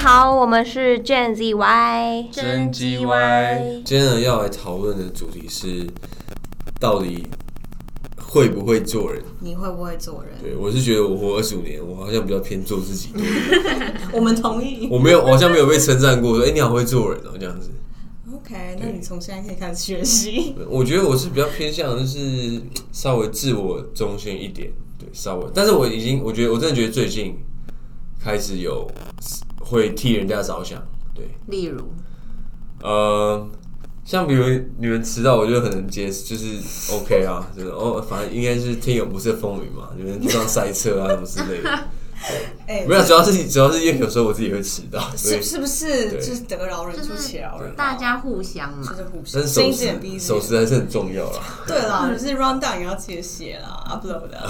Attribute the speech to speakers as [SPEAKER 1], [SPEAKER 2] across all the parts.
[SPEAKER 1] 好，我们是 Gen Z Y，
[SPEAKER 2] 真 G Y
[SPEAKER 3] 今天呢要来讨论的主题是，到底会不会做人？
[SPEAKER 4] 你会不会做人？啊
[SPEAKER 3] 对我是觉得我活二十五年，我好像比较偏做自己多一点。
[SPEAKER 4] 我们同意。
[SPEAKER 3] 我没有，我好像没有被称赞过，说哎、诶你好会做人哦、这样子。
[SPEAKER 4] OK，那你从现在可以开始学习。
[SPEAKER 3] 我觉得我是比较偏向就是稍微自我中心一点，对，稍微。但是我已经，我觉得我真的觉得最近开始有会替人家着想，对，
[SPEAKER 4] 例如，
[SPEAKER 3] 呃，像比如你们迟到，我就很能接，就是 OK 啊，就是哦，反正应该是天有不测风云嘛，你们地方塞车啊什么之类的，
[SPEAKER 4] 哎
[SPEAKER 3] 没有，主要是主要是因为有时候我自己会迟到，所以
[SPEAKER 4] 是是不是
[SPEAKER 3] 对
[SPEAKER 4] 就是得饶人处且饶人？
[SPEAKER 5] 大家互相嘛
[SPEAKER 4] 就，是互
[SPEAKER 3] 但
[SPEAKER 4] 相
[SPEAKER 3] 是守
[SPEAKER 4] 睁一只眼闭一
[SPEAKER 3] 时
[SPEAKER 4] 只
[SPEAKER 3] 守
[SPEAKER 4] 眼。
[SPEAKER 3] 时还是很重要 啦。
[SPEAKER 4] 对啦，就是 round down 也要接血啦，upload 啊。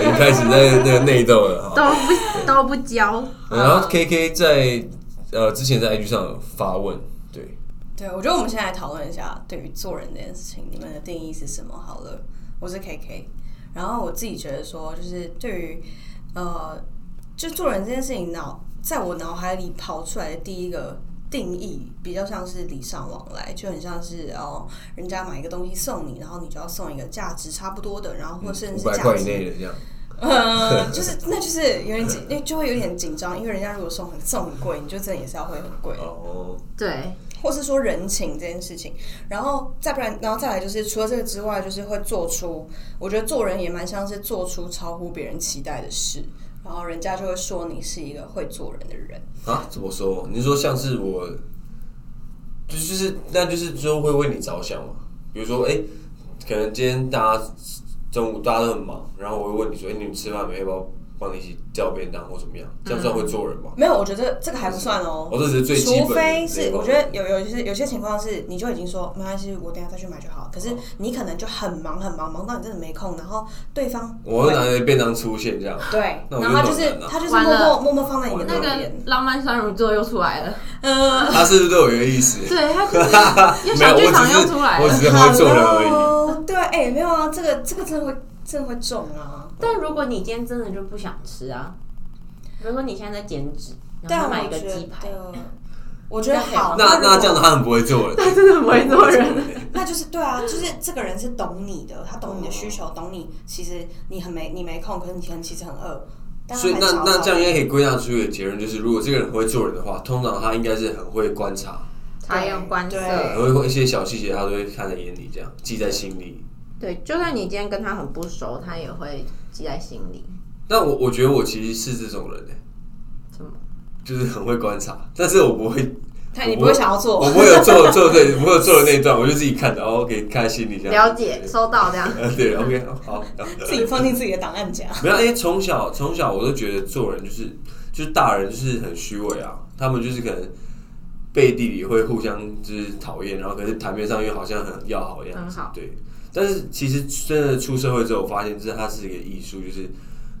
[SPEAKER 3] 已经开始在那个内斗了 哈。
[SPEAKER 5] 都不都不交，
[SPEAKER 3] 然后 KK 在呃之前在 IG 上有发问，对，
[SPEAKER 4] 对，我觉得我们现在来讨论一下对于做人这件事情，你们的定义是什么？好了，我是 KK，然后我自己觉得说，就是对于呃，就做人这件事情脑在我脑海里跑出来的第一个定义，比较像是礼尚往来，就很像是哦，人家买一个东西送你，然后你就要送一个价值差不多的，然后或甚至
[SPEAKER 3] 嗯五
[SPEAKER 4] 是
[SPEAKER 3] 百
[SPEAKER 4] 价值、
[SPEAKER 3] 块以内的这样，
[SPEAKER 4] 呃，就是那就是有点紧，那就会有点紧张，因为人家如果送很送很贵，你就真的也是要会很贵的
[SPEAKER 3] 哦，
[SPEAKER 5] 对，
[SPEAKER 4] 或是说人情这件事情，然后再不然，然后再来就是除了这个之外，就是会做出，我觉得做人也蛮像是做出超乎别人期待的事，然后人家就会说你是一个会做人的人。
[SPEAKER 3] 啊，怎么说？你说像是我，就就是那就是说会为你着想嘛，比如说哎、可能今天大家中午大家都很忙，然后我会问你说，哎、你们吃饭没？要不要帮你一起叫便当或怎么样？这样算
[SPEAKER 5] 嗯
[SPEAKER 3] 会做人吗？
[SPEAKER 4] 没有，我觉得这个还不算哦。
[SPEAKER 3] 我这只是最基本
[SPEAKER 4] 除
[SPEAKER 3] 的
[SPEAKER 4] 非
[SPEAKER 3] 这
[SPEAKER 4] 是
[SPEAKER 3] 个
[SPEAKER 4] 我觉得有有就是有些情况是，你就已经说没关系，我等一下再去买就好。可是你可能就很忙很忙，忙到你真的没空，然后对方
[SPEAKER 3] 我会拿着便当出现这样，
[SPEAKER 4] 对，
[SPEAKER 3] 那我
[SPEAKER 4] 然后他就
[SPEAKER 3] 就很
[SPEAKER 4] 是
[SPEAKER 3] 难啊
[SPEAKER 4] 他就是
[SPEAKER 5] 完
[SPEAKER 4] 默默
[SPEAKER 5] 了
[SPEAKER 4] 默默放在你的
[SPEAKER 5] 那
[SPEAKER 4] 那
[SPEAKER 5] 个呃
[SPEAKER 4] 边。
[SPEAKER 5] 浪漫双鱼座又出来了，
[SPEAKER 4] 嗯，
[SPEAKER 3] 他是不是对我有意思？
[SPEAKER 5] 对他就是又 小
[SPEAKER 3] 没有
[SPEAKER 5] 剧
[SPEAKER 3] 我只
[SPEAKER 5] 场
[SPEAKER 3] 是
[SPEAKER 5] 又出来
[SPEAKER 3] 我只
[SPEAKER 5] 了。
[SPEAKER 3] 是很会做人 而已。
[SPEAKER 4] Hello，对，哎、没有啊，这个这个真的会真的会中啊。
[SPEAKER 5] 但如果你今天真的就不想吃啊，比如说你现在在减脂，然
[SPEAKER 4] 但
[SPEAKER 5] 后
[SPEAKER 4] 我
[SPEAKER 5] 买一
[SPEAKER 4] 觉
[SPEAKER 5] 个
[SPEAKER 4] 得
[SPEAKER 5] 鸡排，，
[SPEAKER 4] 啊我觉得好。
[SPEAKER 3] 那
[SPEAKER 4] 如果
[SPEAKER 3] 那这样的，他很不会做人，
[SPEAKER 5] 他真的不会做 人。
[SPEAKER 4] 那就是对啊，就是这个人是懂你的，他懂你的需求，懂你其实你很没你没空，可是你可能其实很饿。但他
[SPEAKER 3] 所以
[SPEAKER 4] 还
[SPEAKER 3] 那
[SPEAKER 4] 找
[SPEAKER 3] 那
[SPEAKER 4] 到
[SPEAKER 3] 这样应该可以归纳出一个结论，就是如果这个人很会做人的话，通常他应该是很会观察，
[SPEAKER 5] 察言观色，
[SPEAKER 4] 对
[SPEAKER 3] 很会一些小细节，他都会看在眼里，这样记在心里。
[SPEAKER 5] 对，就算你今天跟他很不熟，他也会记在心里。
[SPEAKER 3] 但我我觉得我其实是这种人欸
[SPEAKER 5] 什么？
[SPEAKER 3] 就是很会观察，但是我不会，
[SPEAKER 4] 他你不会想要做，
[SPEAKER 3] 我不会有做做对，我不会有做的那一段，我就自己看着哦，OK，看在心里这样。
[SPEAKER 5] 了解，收到这样。
[SPEAKER 3] 呃，对，OK，好。
[SPEAKER 4] 自己放进自己的档 案
[SPEAKER 5] 啊
[SPEAKER 4] 夹。
[SPEAKER 3] 没有，因为从小从小我都觉得做人就是就是大人就是很虚伪啊，他们就是可能背地里会互相就是讨厌，然后可是台面上又好像很要好一样子
[SPEAKER 5] 很好
[SPEAKER 3] 对。但是其实真的出社会之后，我发现这它是一个艺术，就是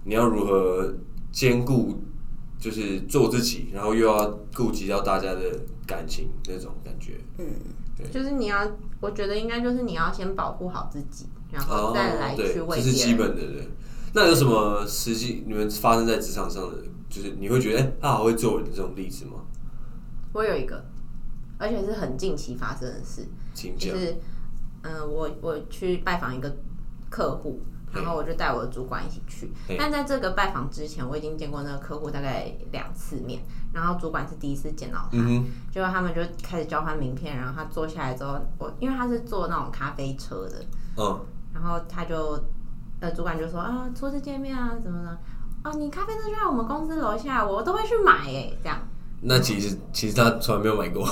[SPEAKER 3] 你要如何兼顾，就是做自己，然后又要顾及到大家的感情那种感觉。
[SPEAKER 4] 嗯
[SPEAKER 5] 就是你要，我觉得应该就是你要先保护好自己，然后
[SPEAKER 3] 哦，
[SPEAKER 5] 再来
[SPEAKER 3] 对，
[SPEAKER 5] 去为
[SPEAKER 3] 这是
[SPEAKER 5] 别
[SPEAKER 3] 基
[SPEAKER 5] 人。
[SPEAKER 3] 本的。对，那有什么实际你们发生在职场上的，就是你会觉得哎、他好会做人的这种例子吗？
[SPEAKER 5] 我有一个，而且是很近期发生的事，
[SPEAKER 3] 请
[SPEAKER 5] 就
[SPEAKER 3] 讲。
[SPEAKER 5] 是嗯、呃我我去拜访一个客户，然后我就带我的主管一起去。但在这个拜访之前，我已经见过那个客户大概两次面，然后主管是第一次见到他，
[SPEAKER 3] 嗯哼，
[SPEAKER 5] 结果他们就开始交换名片，然后他坐下来之后，我因为他是坐那种咖啡车的，
[SPEAKER 3] 嗯，
[SPEAKER 5] 然后他就呃主管就说啊，初次见面啊，怎么的？哦，你咖啡车就在我们公司楼下，我都会去买诶、这样。
[SPEAKER 3] 那其实其实他从来没有买过。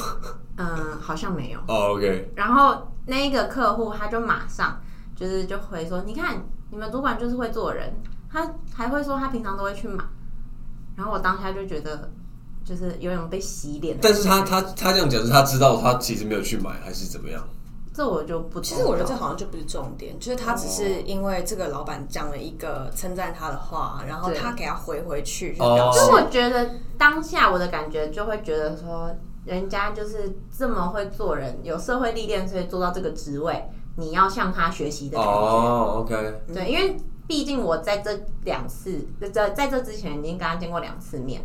[SPEAKER 5] 嗯，好像没有。
[SPEAKER 3] 哦，OK，
[SPEAKER 5] 然后那一个客户他就马上就是就回说，你看你们主管就是会做人，他还会说他平常都会去买。然后我当下就觉得就是有种被洗脸的
[SPEAKER 3] 但
[SPEAKER 5] 感觉，
[SPEAKER 3] 是他他他这样讲是他知道他其实没有去买还是怎么样？
[SPEAKER 5] 这我就不
[SPEAKER 4] 其实我觉得这
[SPEAKER 5] 懂了
[SPEAKER 4] 好像就不是重点，就是他只是因为这个老板讲了一个称赞他的话，然后
[SPEAKER 5] 对
[SPEAKER 4] 他给他回回去，就表示
[SPEAKER 5] 所以我觉得当下我的感觉就会觉得说，人家就是这么会做人，有社会历练，所以做到这个职位，你要向他学习的感觉。
[SPEAKER 3] 哦，OK，
[SPEAKER 5] 对，因为毕竟我在这两次，在在这之前已经跟他见过两次面，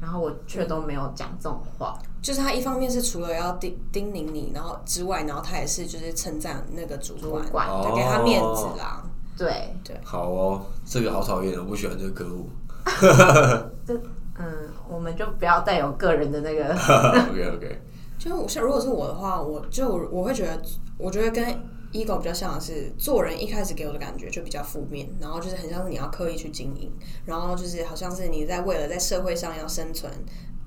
[SPEAKER 5] 然后我却都没有讲这种话。
[SPEAKER 4] 就是他一方面是除了要叮叮咛你，然后之外，然后他也是就是称赞那个主管，
[SPEAKER 5] 主管
[SPEAKER 4] 对给他面子啦。
[SPEAKER 5] 对，
[SPEAKER 3] 好哦，这个好讨厌哦，我不喜欢这个歌 舞。
[SPEAKER 5] 嗯，我们就不要带有个人的那个
[SPEAKER 3] OK OK，
[SPEAKER 4] 就是我像如果是我的话，我就我会觉得，我觉得跟 ego 比较像的是做人一开始给我的感觉就比较负面，然后就是很像是你要刻意去经营，然后就是好像是你在为了在社会上要生存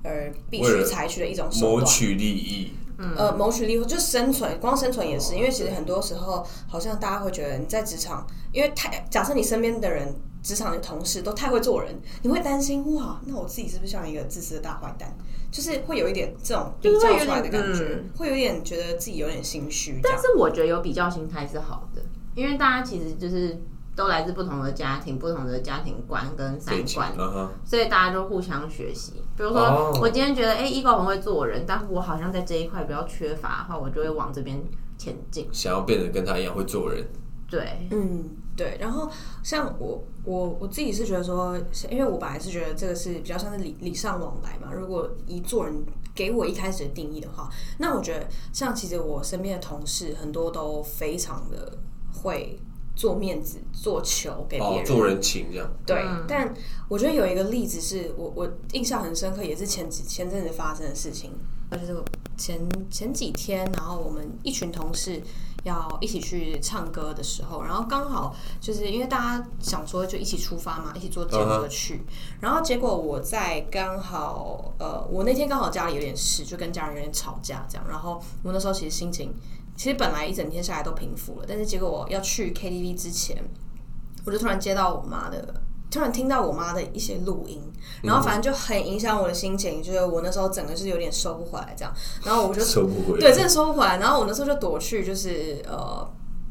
[SPEAKER 4] 而必
[SPEAKER 3] 为
[SPEAKER 4] 须
[SPEAKER 3] 了
[SPEAKER 4] 采取的一种手
[SPEAKER 3] 谋
[SPEAKER 4] 段。
[SPEAKER 3] 取利益，
[SPEAKER 5] 嗯
[SPEAKER 4] 呃，谋取利益，就生存，光生存也是，因为其实很多时候，好像大家会觉得你在职场，因为太假设你身边的人，职场的同事都太会做人，你会担心哇，那我自己是不是像一个自私的大坏蛋？就是会有一点这种比较出来的感
[SPEAKER 5] 就是会有
[SPEAKER 4] 觉
[SPEAKER 5] 点，嗯
[SPEAKER 4] 会有点觉得自己有点心虚这
[SPEAKER 5] 但
[SPEAKER 4] 样。
[SPEAKER 5] 是我觉得有比较心态是好的，因为大家其实就是都来自不同的家庭、不同的家庭观跟三
[SPEAKER 3] 背景
[SPEAKER 5] 观
[SPEAKER 3] 嗯，哼，
[SPEAKER 5] 所以大家就互相学习。比如
[SPEAKER 3] 哦
[SPEAKER 5] 说，我今天觉得哎，ego 很会做人，但我好像在这一块比较缺乏的话，我就会往这边前进。
[SPEAKER 3] 想要变得跟他一样会做人，
[SPEAKER 5] 对，
[SPEAKER 4] 嗯，对。然后像我，我我自己是觉得说，是因为我本来是觉得这个是比较像是礼礼尚往来嘛。如果以做人给我一开始的定义的话，那我觉得像其实我身边的同事很多都非常的会做面子、做球给别人、
[SPEAKER 3] 哦，做人情 这样。
[SPEAKER 4] 对，
[SPEAKER 5] 嗯
[SPEAKER 4] 但我觉得有一个例子是我我印象很深刻，也是前几前阵子发生的事情，就是前前几天，然后我们一群同事要一起去唱歌的时候，然后刚好就是因为大家想说就一起出发嘛，一起坐
[SPEAKER 3] 嗯
[SPEAKER 4] 电车
[SPEAKER 3] 哼
[SPEAKER 4] 去然后结果我在刚好呃，我那天刚好家里有点事，就跟家人有点吵架这样，然后我那时候其实心情。其实本来一整天下来都平复了，但是结果我要去 KTV 之前，我就突然接到我妈的，突然听到我妈的一些录音，
[SPEAKER 3] 嗯
[SPEAKER 4] 然后反正就很影响我的心情，就是我那时候整个就是有点收不回来这样，然后我就
[SPEAKER 3] 收不回来，
[SPEAKER 4] 对真的收不回来，然后我那时候就躲去就是呃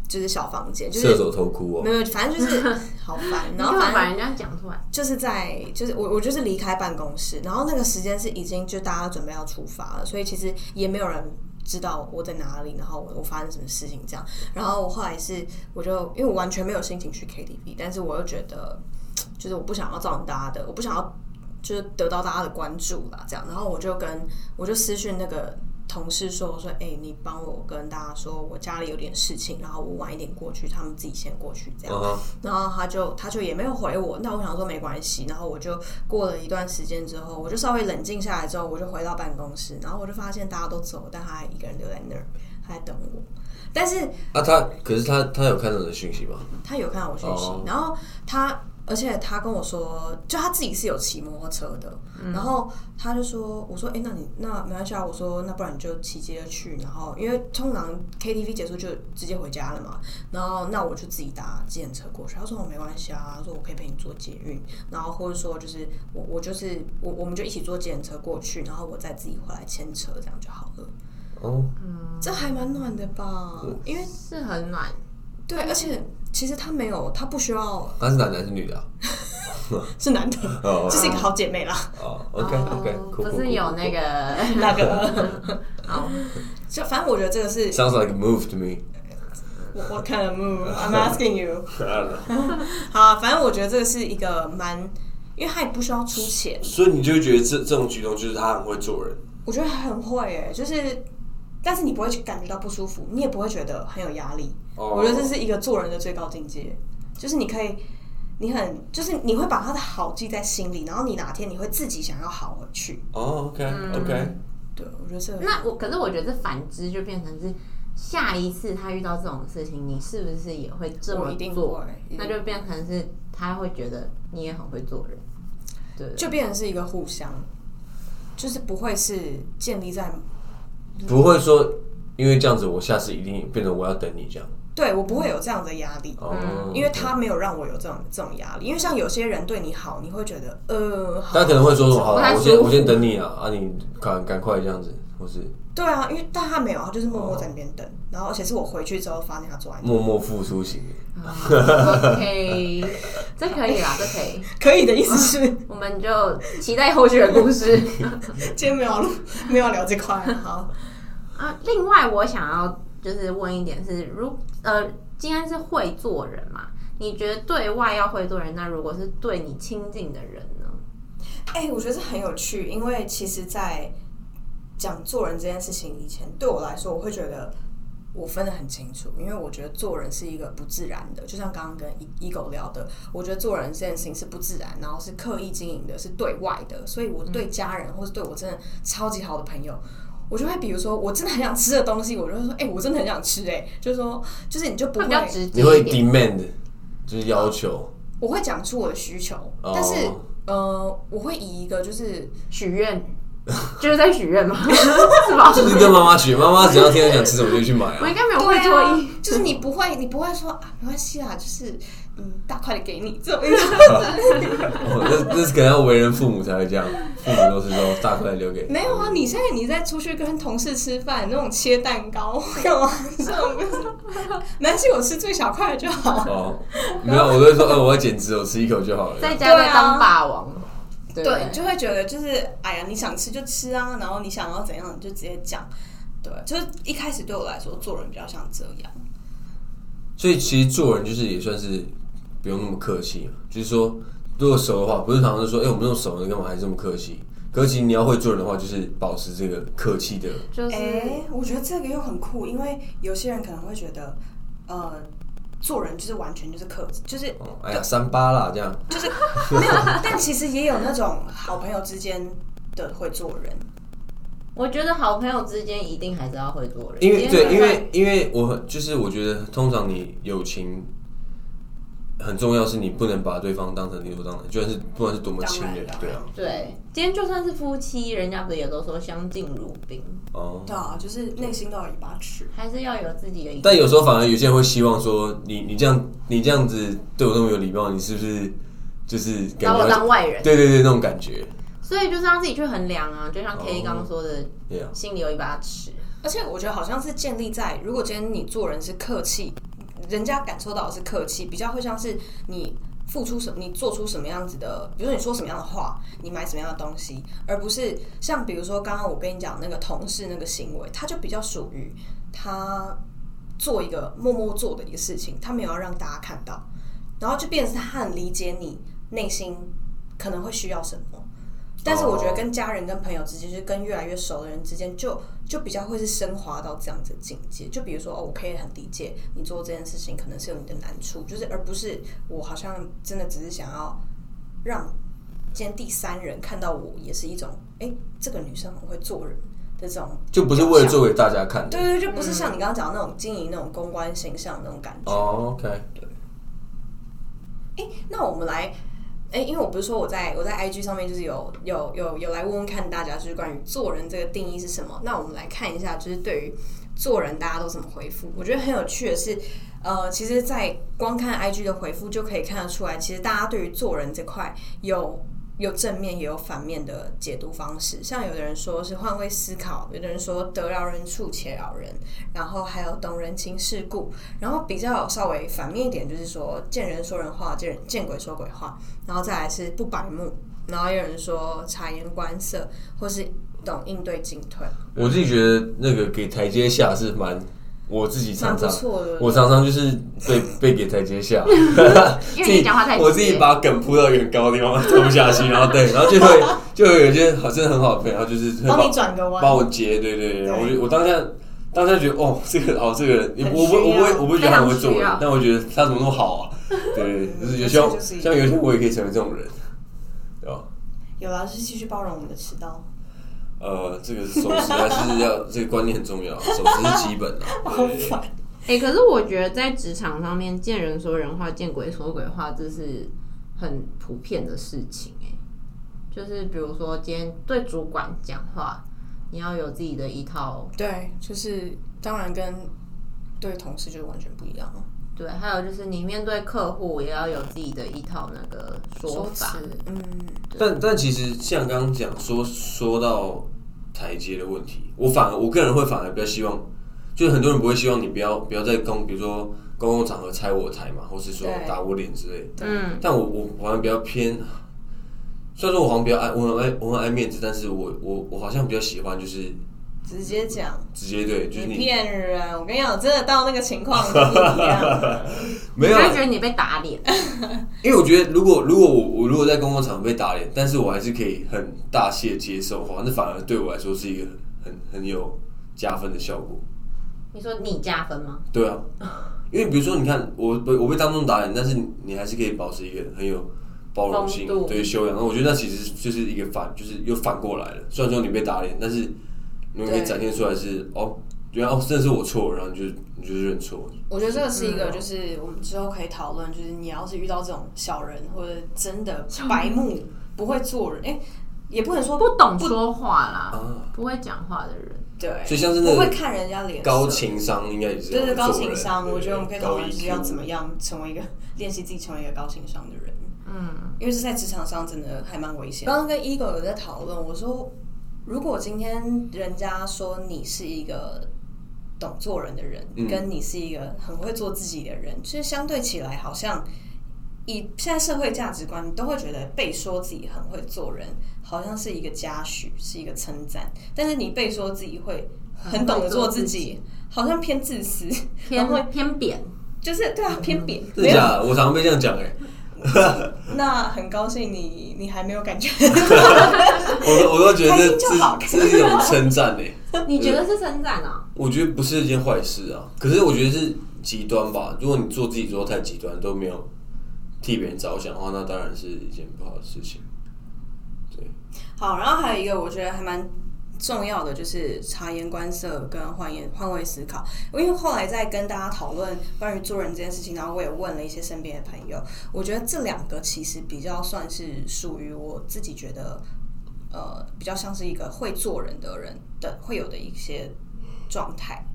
[SPEAKER 4] 就是小房间，就
[SPEAKER 3] 射
[SPEAKER 4] 是
[SPEAKER 3] 手偷哭哦
[SPEAKER 4] 没，有，反正就是 好烦，然后
[SPEAKER 5] 你干嘛
[SPEAKER 4] 反
[SPEAKER 5] 把
[SPEAKER 4] 正
[SPEAKER 5] 人家讲出来，
[SPEAKER 4] 就是在就是我我就是离开办公室，然后那个时间是已经就大家准备要出发了，所以其实也没有人。知道我在哪里，然后我我发生什么事情这样，然后我后来是我就因为我完全没有心情去 KTV，但是我又觉得就是我不想要造成大家的，我不想要就是得到大家的关注啦，这样。然后我就跟我就私讯那个同事说，我说，哎、你帮我跟大家说，我家里有点事情，然后我晚一点过去，他们自己先过去这样。
[SPEAKER 3] 嗯哼
[SPEAKER 4] 然后他就他就也没有回我，那我想说没关系。然后我就过了一段时间之后，我就稍微冷静下来之后，我就回到办公室，然后我就发现大家都走，但他还一个人留在那儿，他在等我。但是
[SPEAKER 3] 啊，他可是他他有看到你的讯息吗？
[SPEAKER 4] 他有看到我讯息
[SPEAKER 3] 哦
[SPEAKER 4] 然后他，而且他跟我说，就他自己是有骑摩托车的，然后他就说，我说，哎、那你那没关系啊，我说那不然你就骑机车去，然后因为通常 KTV 结束就直接回家了嘛，然后那我就自己搭计程车过去。他说我没关系啊，他说我可以陪你坐捷运，然后或者说就是我我就是我我们就一起坐计程车过去，然后我再自己回来牵车，这样就好了。
[SPEAKER 3] 哦，
[SPEAKER 4] 这还蛮暖的吧？因为
[SPEAKER 5] 是很暖。
[SPEAKER 4] 对，而且其实他没有，他不需要
[SPEAKER 3] 他是男的还是女的啊？
[SPEAKER 4] 是男的，
[SPEAKER 3] 哦
[SPEAKER 4] 就是一个好姐妹啦。
[SPEAKER 3] 哦，OK OK，
[SPEAKER 5] 哦
[SPEAKER 3] 酷酷
[SPEAKER 5] 不是有那个
[SPEAKER 4] 那 个，好，就反正我觉得这个是
[SPEAKER 3] Sounds like a move to me。
[SPEAKER 4] 我我看了 move I'm asking you。
[SPEAKER 3] I don't know
[SPEAKER 4] 好，反正我觉得这个是一个蛮，因为他也不需要出钱，
[SPEAKER 3] 所以你就会觉得这这种举动就是他很会做人，
[SPEAKER 4] 我觉得他很会诶、就是，但是你不会去感觉到不舒服，你也不会觉得很有压力。
[SPEAKER 3] 哦
[SPEAKER 4] 我觉得这是一个做人的最高境界，就是你可以。你很就是你会把他的好记在心里，然后你哪天你会自己想要好回去。
[SPEAKER 3] 哦，OK
[SPEAKER 5] 嗯
[SPEAKER 3] OK，
[SPEAKER 4] 对，我觉得这个
[SPEAKER 5] 那我可是我觉得反之就变成是下一次他遇到这种事情，你是不是也会这
[SPEAKER 4] 我
[SPEAKER 5] 么
[SPEAKER 4] 一定
[SPEAKER 5] 做
[SPEAKER 4] 会？一定
[SPEAKER 5] 那就变成是他会觉得你也很会做人，对不对
[SPEAKER 4] 就变成是一个互相，就是不会是建立在
[SPEAKER 3] 不会说因为这样子，我下次一定变成我要等你这样。
[SPEAKER 4] 对我不会有这样的压力，
[SPEAKER 5] 嗯
[SPEAKER 3] 哦，
[SPEAKER 4] 因为他没有让我有这种这种压力。因为像有些人对你好，你会觉得呃，好
[SPEAKER 3] 他可能会说什么？好
[SPEAKER 5] 不太
[SPEAKER 3] 了，我
[SPEAKER 5] 舒
[SPEAKER 3] 先
[SPEAKER 5] 服
[SPEAKER 3] 我先等你啊，啊，你赶赶快这样子，或是
[SPEAKER 4] 对啊，因为但他没有，他就是默默在那边等。然后而且是我回去之后发现他坐在那，
[SPEAKER 3] 默默付出型。
[SPEAKER 5] 啊 OK，这可以啦，这可以，
[SPEAKER 4] 可以的意思是
[SPEAKER 5] 我们就期待后续的故事
[SPEAKER 4] 今天没有没有聊这块，好，
[SPEAKER 5] 啊。另外，我想要就是问一点是，如呃，今天是会做人嘛？你觉得对外要会做人，那如果是对你亲近的人呢？
[SPEAKER 4] 哎、我觉得这很有趣，因为其实，在讲做人这件事情，以前对我来说，我会觉得我分得很清楚，因为我觉得做人是一个不自然的，就像刚刚跟 e 狗聊的，我觉得做人这件事情是不自然，然后是刻意经营的，是对外的，所以我
[SPEAKER 5] 嗯
[SPEAKER 4] 对家人、或是对我真的超级好的朋友。我就会比如说，我真的很想吃的东西，我就会说，哎、我真的很想吃、哎，就是说，就是你就不
[SPEAKER 5] 会
[SPEAKER 4] 会
[SPEAKER 5] 比较直接
[SPEAKER 3] 你会
[SPEAKER 5] 一点。
[SPEAKER 3] demand 就是要求，
[SPEAKER 4] 我会讲出我的需求，
[SPEAKER 3] 哦
[SPEAKER 4] 但是呃，我会以一个就是
[SPEAKER 5] 许愿，就是在许愿嘛， 是吧？
[SPEAKER 3] 就是跟妈妈学，妈妈只要听她想吃什么就去买
[SPEAKER 5] 我
[SPEAKER 3] 啊
[SPEAKER 5] 应。该没有
[SPEAKER 4] 对
[SPEAKER 5] 会
[SPEAKER 4] 啊
[SPEAKER 5] 错意，，
[SPEAKER 4] 就是你不会，你不会说啊，没关系啦，就是嗯，大块的给你这 种意思。
[SPEAKER 3] 哦，那那是可能要为人父母才会这样，父母都是说大块留给。
[SPEAKER 4] 没有啊，你现在你在出去跟同事吃饭，那种切蛋 糕干嘛？这种就是没关系，我吃最小块的就好。
[SPEAKER 3] 哦，没有，我都会说，嗯，我要减脂，我吃一口就好了。
[SPEAKER 5] 在家
[SPEAKER 4] 对
[SPEAKER 5] 在
[SPEAKER 4] 啊
[SPEAKER 5] 当霸王嘛，对不
[SPEAKER 4] 对，啊
[SPEAKER 5] 对
[SPEAKER 4] 就会觉得就是哎呀，你想吃就吃啊，然后你想要怎样你就直接讲。对，就是一开始对我来说，做人比较像这样。
[SPEAKER 3] 所以其实做人就是也算是不用那么客气嘛，就是说如果熟的话，不是常常就说，哎、我们那种熟的干嘛还这么客气？可是其实你要会做人的话，就是保持这个客气的，
[SPEAKER 5] 就是、
[SPEAKER 4] 哎、我觉得这个又很酷，因为有些人可能会觉得，呃，做人就是完全就是克制，就是
[SPEAKER 3] 哦，哎呀，三八啦这样，
[SPEAKER 4] 没有， 但其实也有那种好朋友之间的会做人，
[SPEAKER 5] 我觉得好朋友之间一定还是要会做人，
[SPEAKER 3] 因为
[SPEAKER 5] 你
[SPEAKER 3] 对，因
[SPEAKER 5] 看
[SPEAKER 3] 为因为我很就是我觉得通常你友情。很重要是你不能把对方当成理所当然，就算是不管是多么亲人，
[SPEAKER 4] 当然
[SPEAKER 3] 对啊，
[SPEAKER 5] 对，今天就算是夫妻，人家不也都说相敬如宾，
[SPEAKER 3] 哦，
[SPEAKER 4] 对啊，就是内心都有一把尺。
[SPEAKER 5] 还是要有自己的一个。
[SPEAKER 3] 但有时候反而有些人会希望说，你你这样你这样子对我那么有礼貌，你是不是就是感
[SPEAKER 5] 把
[SPEAKER 3] 觉要
[SPEAKER 5] 我当外人，
[SPEAKER 3] 对对对那种感觉，
[SPEAKER 5] 所以就是要自己去衡量啊，就像
[SPEAKER 3] 哦
[SPEAKER 5] K 刚刚说的，
[SPEAKER 3] 对啊，
[SPEAKER 5] 心里有一把尺。
[SPEAKER 4] 而且我觉得好像是建立在，如果今天你做人是客气，人家感受到的是客气，比较会像是你付出什么，你做出什么样子的，比如说你说什么样的话，你买什么样的东西，而不是像比如说刚刚我跟你讲那个同事那个行为，他就比较属于他做一个默默做的一个事情，他没有要让大家看到，然后就变成是他很理解你内心可能会需要什么。但是我觉得跟家人、跟朋友之间，就是跟越来越熟的人之间，就就比较会是升华到这样子的境界。就比如说，哦，我可以很理解你做这件事情可能是有你的难处，就是而不是我好像真的只是想要让今天第三人看到我，也是一种，哎、这个女生很会做人的这种，
[SPEAKER 3] 就不是为了做给大家看的。
[SPEAKER 4] 对对，对就不是像你刚刚讲的那种经营那种公关形象的那种感觉。
[SPEAKER 3] 哦，OK，
[SPEAKER 4] 哎、那我们来，哎、因为我不是说我在我在 IG 上面就是有有有有来问问看大家，就是关于做人这个定义是什么？那我们来看一下，就是对于做人大家都怎么回复？我觉得很有趣的是，呃，其实，在光看 IG 的回复就可以看得出来，其实大家对于做人这块有。有正面也有反面的解读方式，像有的人说是换位思考，有的人说得饶人处且饶人，然后还有懂人情世故，然后比较稍微反面一点，就是说见人说人话，见人见鬼说鬼话，然后再来是不白目，然后有人说察言观色，或是懂应对进退，
[SPEAKER 3] 我自己觉得那个给台阶下是蛮，我自己
[SPEAKER 4] 蛮
[SPEAKER 3] 常
[SPEAKER 4] 不
[SPEAKER 3] 常，
[SPEAKER 4] 错的。
[SPEAKER 3] 我常常就是被被给台阶下，
[SPEAKER 5] 因为你讲话太直接
[SPEAKER 3] 我自己把梗铺到一个很高的地方， 拖不下去，然后对，然后就会就会有一些好真的很好的朋友，他就是会
[SPEAKER 4] 帮
[SPEAKER 3] 把
[SPEAKER 4] 你转个弯，
[SPEAKER 3] 帮我截，对对对，
[SPEAKER 4] 对
[SPEAKER 3] 然后我就我当下。当下觉得哦， 这个哦，这个人
[SPEAKER 4] 很
[SPEAKER 3] 我不我不
[SPEAKER 4] 需
[SPEAKER 3] 会
[SPEAKER 4] 要
[SPEAKER 3] 我不会觉得他很会做
[SPEAKER 5] 非常需
[SPEAKER 3] 人
[SPEAKER 5] 要，
[SPEAKER 3] 但我觉得他怎么那么好啊？对对，对就是有
[SPEAKER 4] 这
[SPEAKER 3] 像
[SPEAKER 4] 就是一个
[SPEAKER 3] 像有一天我也可以成为这种人，对吧？
[SPEAKER 4] 有啦，就是继续包容我们的迟到。
[SPEAKER 3] 呃，这个守时还是要 这个观念很重要，守时是基本的。啊
[SPEAKER 4] 好烦，
[SPEAKER 5] 哎、可是我觉得在职场上面，见人说人话，见鬼说鬼话，这是很普遍的事情、哎，就是比如说今天对主管讲话，你要有自己的一套。
[SPEAKER 4] 对，就是当然跟对同事就是完全不一样了。
[SPEAKER 5] 对，还有就是你面对客户也要有自己的一套那个说法。
[SPEAKER 4] 辞，嗯，
[SPEAKER 3] 但但其实像刚刚讲说说到台阶的问题，我反而我个人会反而比较希望，就是很多人不会希望你不要不要在公，比如说公共场合拆我台嘛，或是说
[SPEAKER 4] 对
[SPEAKER 3] 打我脸之类的。
[SPEAKER 5] 嗯，
[SPEAKER 3] 但我我我好像比较偏，虽然说我好像比较爱我很爱我很爱面子，但是我我我好像比较喜欢就是
[SPEAKER 4] 直接讲，
[SPEAKER 3] 直接对，就是
[SPEAKER 4] 你
[SPEAKER 3] 你
[SPEAKER 4] 骗人！我跟你讲，真的到那个情况跟你 一样，
[SPEAKER 3] 没有啊，
[SPEAKER 5] 你就会觉得你被打脸，
[SPEAKER 3] 因为我觉得如果如果我我如果在公共场合被打脸，但是我还是可以很大谢接受的话，那反而对我来说是一个很很很有加分的效果。
[SPEAKER 5] 你说你加分吗？
[SPEAKER 3] 对啊，因为比如说，你看我被我被当众打脸，但是你你还是可以保持一个很有包容性
[SPEAKER 5] 风度、
[SPEAKER 3] 对修养。那我觉得那其实就是一个反，就是又反过来了。虽然说你被打脸，但是你可以
[SPEAKER 4] 对
[SPEAKER 3] 展现出来是哦，原来哦，真的是我错，然后你就你就认错。
[SPEAKER 4] 我觉得这个是一
[SPEAKER 5] 嗯
[SPEAKER 4] 个，就是我们之后可以讨论，就是你要是遇到这种小人或者真的白目不会做人，哎、也不能说
[SPEAKER 5] 不懂说话啦，
[SPEAKER 3] 啊
[SPEAKER 5] 不会讲话的人，
[SPEAKER 4] 对，
[SPEAKER 3] 所以像是那个
[SPEAKER 4] 不会看人家脸色，
[SPEAKER 3] 高情商应该也是
[SPEAKER 4] 对对高情
[SPEAKER 3] 做
[SPEAKER 4] 商，
[SPEAKER 3] 人
[SPEAKER 4] 我觉得我们可以讨论就是要怎么。
[SPEAKER 3] 对
[SPEAKER 4] 样成为一个练习自己成为一个高情商的人，
[SPEAKER 5] 嗯，
[SPEAKER 4] 因为是在职场上真的还蛮危险。刚刚跟 Ego 有在讨论，我说如果今天人家说你是一个懂做人的人，
[SPEAKER 3] 嗯
[SPEAKER 4] 跟你是一个很会做自己的人，其实相对起来好像。以现在社会价值观，你都会觉得被说自己很会做人，好像是一个嘉许，是一个称赞。但是你被说自己会很懂得做自己，好像偏自私，然后
[SPEAKER 5] 偏偏扁，
[SPEAKER 4] 就是对啊，偏扁。
[SPEAKER 3] 真的假的？我常常被这样讲哎、
[SPEAKER 4] 那很高兴你你还没有感 觉，
[SPEAKER 3] 我都我都觉得
[SPEAKER 4] 开
[SPEAKER 3] 这
[SPEAKER 4] 心就好
[SPEAKER 3] 这这是一种称赞哎、
[SPEAKER 5] 你觉得是称赞啊？
[SPEAKER 3] 我觉得不是一件坏事啊，可是我觉得是极端吧。如果你做自己做到太极端，都没有替别人着想的话，那当然是一件不好的事情。
[SPEAKER 4] 好，然后还有一个我觉得还蛮重要的就是察言观色跟换言换位思考。因为后来在跟大家讨论关于做人这件事情，然后我也问了一些身边的朋友，我觉得这两个其实比较算是属于我自己觉得呃比较像是一个会做人的人的会有的一些状态。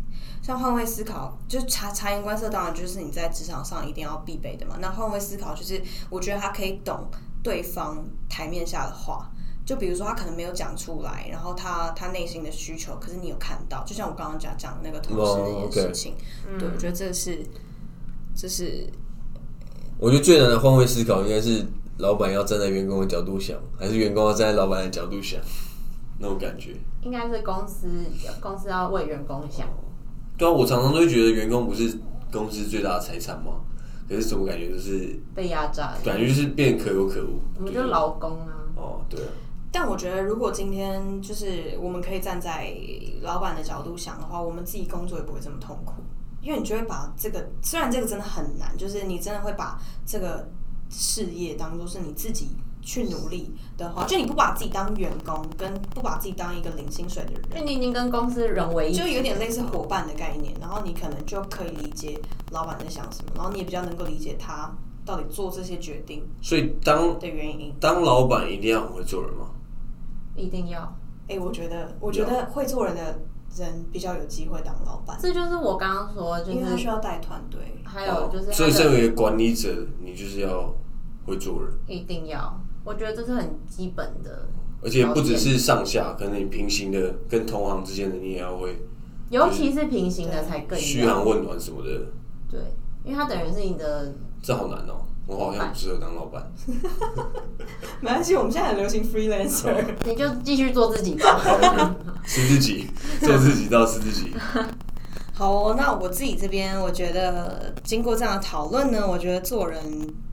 [SPEAKER 4] 像换位思考，就察察言观色，当然就是你在职场上一定要必备的嘛。那换位思考就是，我觉得他可以懂对方台面下的话，就比如说他可能没有讲出来，然后他他内心的需求，可是你有看到，就像我刚刚讲讲的那个同事那
[SPEAKER 3] 哦
[SPEAKER 4] 件
[SPEAKER 3] ，OK
[SPEAKER 4] 事情对，我觉得这是这是
[SPEAKER 3] 我觉得最难的换位思考应该是老板要站在员工的角度想，还是员工要站在老板的角度想，那种感觉。
[SPEAKER 5] 应该是公司公司要为员工想，
[SPEAKER 3] 对啊，我常常都会觉得员工不是公司最大的财产吗？可是怎么感觉就是
[SPEAKER 5] 被压榨的，
[SPEAKER 3] 感觉就是变可有可无。
[SPEAKER 5] 我们
[SPEAKER 3] 对
[SPEAKER 5] 就劳工啊，
[SPEAKER 3] 哦，对啊，
[SPEAKER 4] 但我觉得，如果今天就是我们可以站在老板的角度想的话，我们自己工作也不会这么痛苦，因为你就会把这个，虽然这个真的很难，就是你真的会把这个事业当做是你自己去努力的话，就你不把自己当员工，跟不把自己当一个领薪水的人，
[SPEAKER 5] 就你已经跟公司人为一体
[SPEAKER 4] 就有点类似伙伴的概念，然后你可能就可以理解老板在想什么，然后你也比较能够理解他到底做这些决定
[SPEAKER 3] 所以当
[SPEAKER 4] 的原因。
[SPEAKER 3] 当老板一定要很会做人吗？
[SPEAKER 5] 一定要。
[SPEAKER 4] 哎、我觉得，我觉得会做人的人比较有机会当老板，
[SPEAKER 5] 这就是我刚刚说，就
[SPEAKER 4] 因为他需
[SPEAKER 5] 是
[SPEAKER 4] 要带团队。
[SPEAKER 5] 还有就是
[SPEAKER 3] 哦
[SPEAKER 5] 他
[SPEAKER 3] 所以
[SPEAKER 5] 的
[SPEAKER 3] 身为管理者，你就是要会做人。
[SPEAKER 5] 一定要，我觉得这是很基本的，
[SPEAKER 3] 而且不只是上下，可能你平行的跟同行之间的，你也要会
[SPEAKER 5] 尤其是平行的才更
[SPEAKER 3] 嘘
[SPEAKER 5] 要
[SPEAKER 3] 寒问暖什么的，
[SPEAKER 5] 对，因为它等于是你的
[SPEAKER 3] 这好难哦、我好像不适合当老板。
[SPEAKER 4] 没关系，我们现在很流行 freelancer。
[SPEAKER 5] 你就继续做自己吧。
[SPEAKER 3] 吃自 己，做自己到吃自己。
[SPEAKER 4] 好、哦，那我自己这边，我觉得经过这样的讨论呢，我觉得做人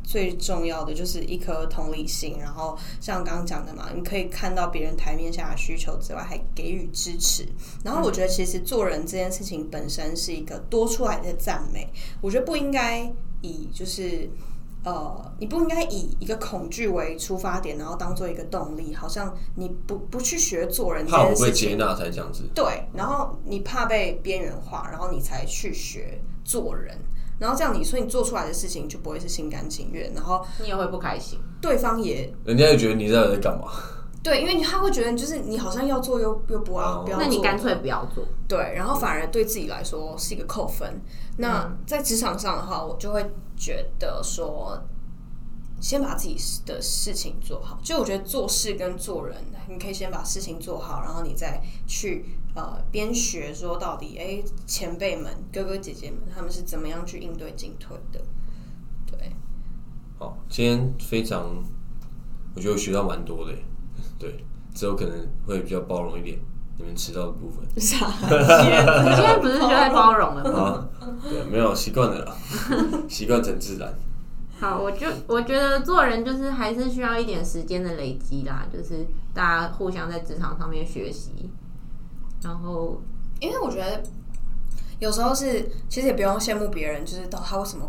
[SPEAKER 4] 最重要的就是一颗同理心，然后像刚刚讲的嘛，你可以看到别人台面下的需求之外，还给予支持。然后
[SPEAKER 3] 嗯
[SPEAKER 4] 我觉得其实做人这件事情本身是一个多出来的赞美，我觉得不应该以就是。呃，你不应该以一个恐惧为出发点，然后当做一个动力，好像你不不去学做人这
[SPEAKER 3] 怕我
[SPEAKER 4] 件
[SPEAKER 3] 被
[SPEAKER 4] 事情，
[SPEAKER 3] 接纳才这样子。
[SPEAKER 4] 对，然后你怕被边缘化，然后你才去学做人，然后这样你所以你做出来的事情就不会是心甘情愿，然后
[SPEAKER 5] 你也会不开心，
[SPEAKER 4] 对方也
[SPEAKER 3] 人家就觉得你到底在干嘛？
[SPEAKER 4] 对，因为他会觉得就是你好像要做又又不要、
[SPEAKER 3] 哦
[SPEAKER 4] 不要做，
[SPEAKER 5] 那你干脆不要做。
[SPEAKER 4] 对，然后反而对自己来说是一个扣分。那在职场上的话，我就会觉得说，先把自己的事情做好。就我觉得做事跟做人，你可以先把事情做好，然后你再去呃边学说到底，哎，前辈们、哥哥姐姐们他们是怎么样去应对进退的。对，
[SPEAKER 3] 好，今天非常，我觉得我学到蛮多的耶。对，之后可能会比较包容一点。你们迟到的部分
[SPEAKER 4] 傻
[SPEAKER 5] 你现在不是就在包容了吗？
[SPEAKER 3] 啊，对，没有习惯了 啦，习惯成自然。
[SPEAKER 5] 好，我就我觉得做人就是还是需要一点时间的累积啦，就是大家互相在职场上面学习，然后
[SPEAKER 4] 因为我觉得有时候是其实也不用羡慕别人，就是到哦他为什么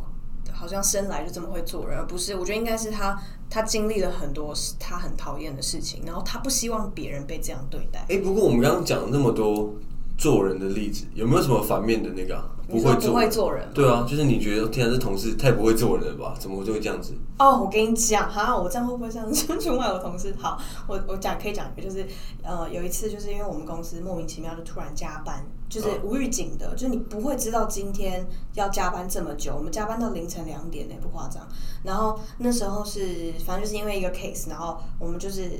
[SPEAKER 4] 好像生来就这么会做人，而不是我觉得应该是他他经历了很多他很讨厌的事情，然后他不希望别人被这样对待。
[SPEAKER 3] 哎、不过我们刚刚讲了那么多做人的例子，有没有什么反面的那个、啊？
[SPEAKER 4] 你
[SPEAKER 3] 会
[SPEAKER 4] 说
[SPEAKER 3] 做，
[SPEAKER 4] 不会做人吗
[SPEAKER 3] 对啊，就是你觉得天啊，这同事太不会做人了吧？怎么就会这样子？
[SPEAKER 4] 哦，我跟你讲哈，我这样会不会这样子出卖我同事？好，我我讲可以讲一个，就是呃，有一次就是因为我们公司莫名其妙就突然加班，就是
[SPEAKER 3] 嗯
[SPEAKER 4] 无预警的，就是你不会知道今天要加班这么久，我们加班到凌晨两点呢、欸不夸张。然后那时候是反正就是因为一个 case，然后我们就是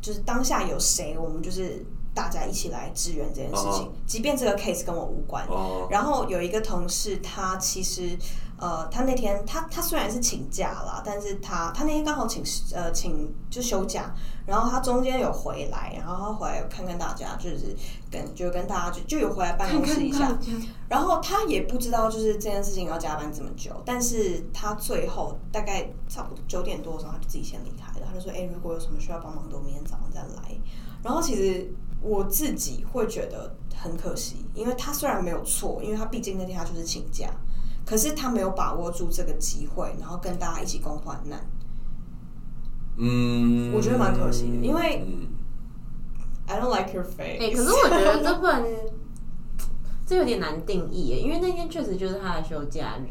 [SPEAKER 4] 就是当下有谁，我们就是大家一起来支援这件事情，
[SPEAKER 3] 嗯
[SPEAKER 4] 即便这个 case 跟我无关。
[SPEAKER 3] 哦，
[SPEAKER 4] 然后有一个同事，他其实呃，他那天他他虽然是请假啦，但是他他那天刚好请呃请就休假，然后他中间有回来，然后他回来看看大家，就是跟就跟大家就就有回来办公室一下，然后他也不知道就是这件事情要加班这么久，但是他最后大概差不多九点多的时候，他就自己先离开了。他就说：“哎、如果有什么需要帮忙的，我明天早上再啊来。”然后其实我自己会觉得很可惜，因为他虽然没有错，因为他毕竟那天他就是请假，可是他没有把握住这个机会，然后跟大家一起共患难。
[SPEAKER 3] 嗯，
[SPEAKER 4] 我觉得蛮可惜的因为
[SPEAKER 3] 嗯
[SPEAKER 4] I don't like your face、
[SPEAKER 5] 哎、可是我觉得 这不能，这有点难定义耶，因为那天确实就是他的休假日。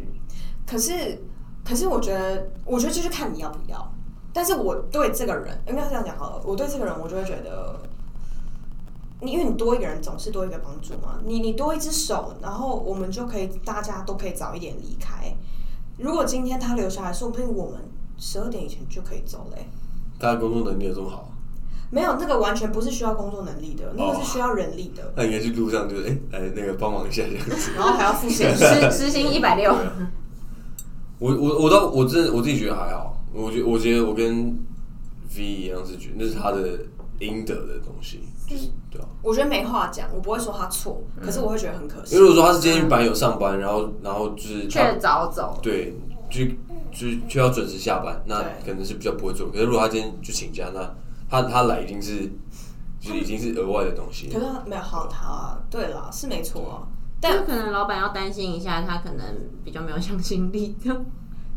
[SPEAKER 4] 可是，可是我觉得，我觉得就是看你要不要。但是我对这个人，应该这样讲好了，我对这个人，我就会觉得，你因为你多一个人，总是多一个帮助嘛。你你多一只手，然后我们就可以，大家都可以早一点离开。如果今天他留下来，说不定我们十二点以前就可以走嘞、
[SPEAKER 3] 大家工作能力有这么好，
[SPEAKER 4] 没有，那个完全不是需要工作能力的，那个是需要人力的，
[SPEAKER 3] 那应该去路上就是哎来、那个帮忙一下这样子。
[SPEAKER 4] 然后还要付 薪水。
[SPEAKER 5] 时时薪一百六，
[SPEAKER 3] 我我我倒我真的我自己觉得还好，我觉我觉得我跟 V 一样是觉得那是他的应得的东西，就是对啊。
[SPEAKER 4] 我觉得没话讲，我不会说他错，可是我会觉得很可惜
[SPEAKER 3] 因为。如果说他是今天本来有上班，然后然后就是他
[SPEAKER 5] 却早走。
[SPEAKER 3] 对，就就就要准时下班，那
[SPEAKER 4] 对
[SPEAKER 3] 可能是比较不会做。可是如果他今天就请假，那他他来已经是就是已经是额外的东西
[SPEAKER 4] 可。是他没有好他、啊，对啦，是没错啊。
[SPEAKER 5] 就
[SPEAKER 4] 但
[SPEAKER 5] 可能老板要担心一下，他可能比较没有向心力。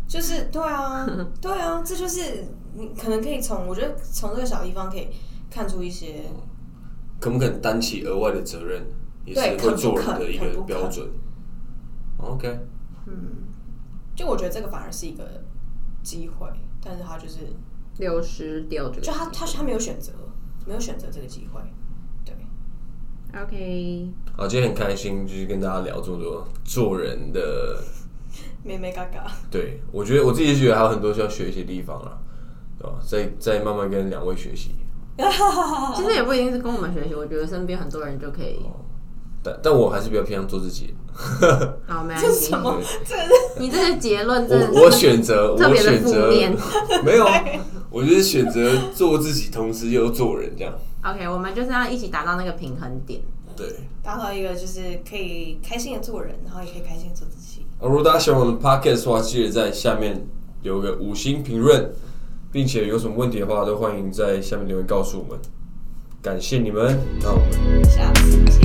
[SPEAKER 4] 就是对 啊，对啊，这就是你可能可以从我觉得从这个小地方可以看出一些，
[SPEAKER 3] 可不可能担起额外的责任，也是
[SPEAKER 4] 对
[SPEAKER 3] 会做人
[SPEAKER 4] 肯不
[SPEAKER 3] 的
[SPEAKER 4] 肯
[SPEAKER 3] 一
[SPEAKER 4] 肯
[SPEAKER 3] 个
[SPEAKER 4] 不肯
[SPEAKER 3] 标准。OK，
[SPEAKER 5] 嗯，
[SPEAKER 4] 就我觉得这个反而是一个机会，但是他就是
[SPEAKER 5] 流失掉这个。
[SPEAKER 4] 就他他他没有选择，没有选择这个机会，对，
[SPEAKER 5] OK，
[SPEAKER 3] 好，今天很开心，就是跟大家聊这么多做人的
[SPEAKER 4] 咩咩嘎嘎，
[SPEAKER 3] 对，我觉得我自己是觉得还有很多需要学习的地方啦，对吧？再再慢慢跟两位学习。
[SPEAKER 5] 其实也 不一 定是跟我们学习，我觉得身边很多人就可以。
[SPEAKER 3] 但但我还是比较偏向做自己。
[SPEAKER 5] 好，没关系。
[SPEAKER 3] 对
[SPEAKER 5] 你这个结论真的
[SPEAKER 3] 我我
[SPEAKER 5] 是
[SPEAKER 3] 选择，
[SPEAKER 5] 嗯特
[SPEAKER 3] 我
[SPEAKER 5] 别的
[SPEAKER 3] 选择
[SPEAKER 5] 负面
[SPEAKER 3] 没有啊，我就是选择做自己，同时又做人这样。
[SPEAKER 5] OK，我们就是要一起达到那个平衡点。
[SPEAKER 3] 对，啊
[SPEAKER 4] 达到一个就是可以开心的做人，然后也可以开心的做自己。
[SPEAKER 3] 啊如果大家喜欢我们的 podcast 的话，记得在下面留个五星评论，并且有什么问题的话，都欢迎在下面留言告诉我们。感谢你们，那我们
[SPEAKER 4] 下次见。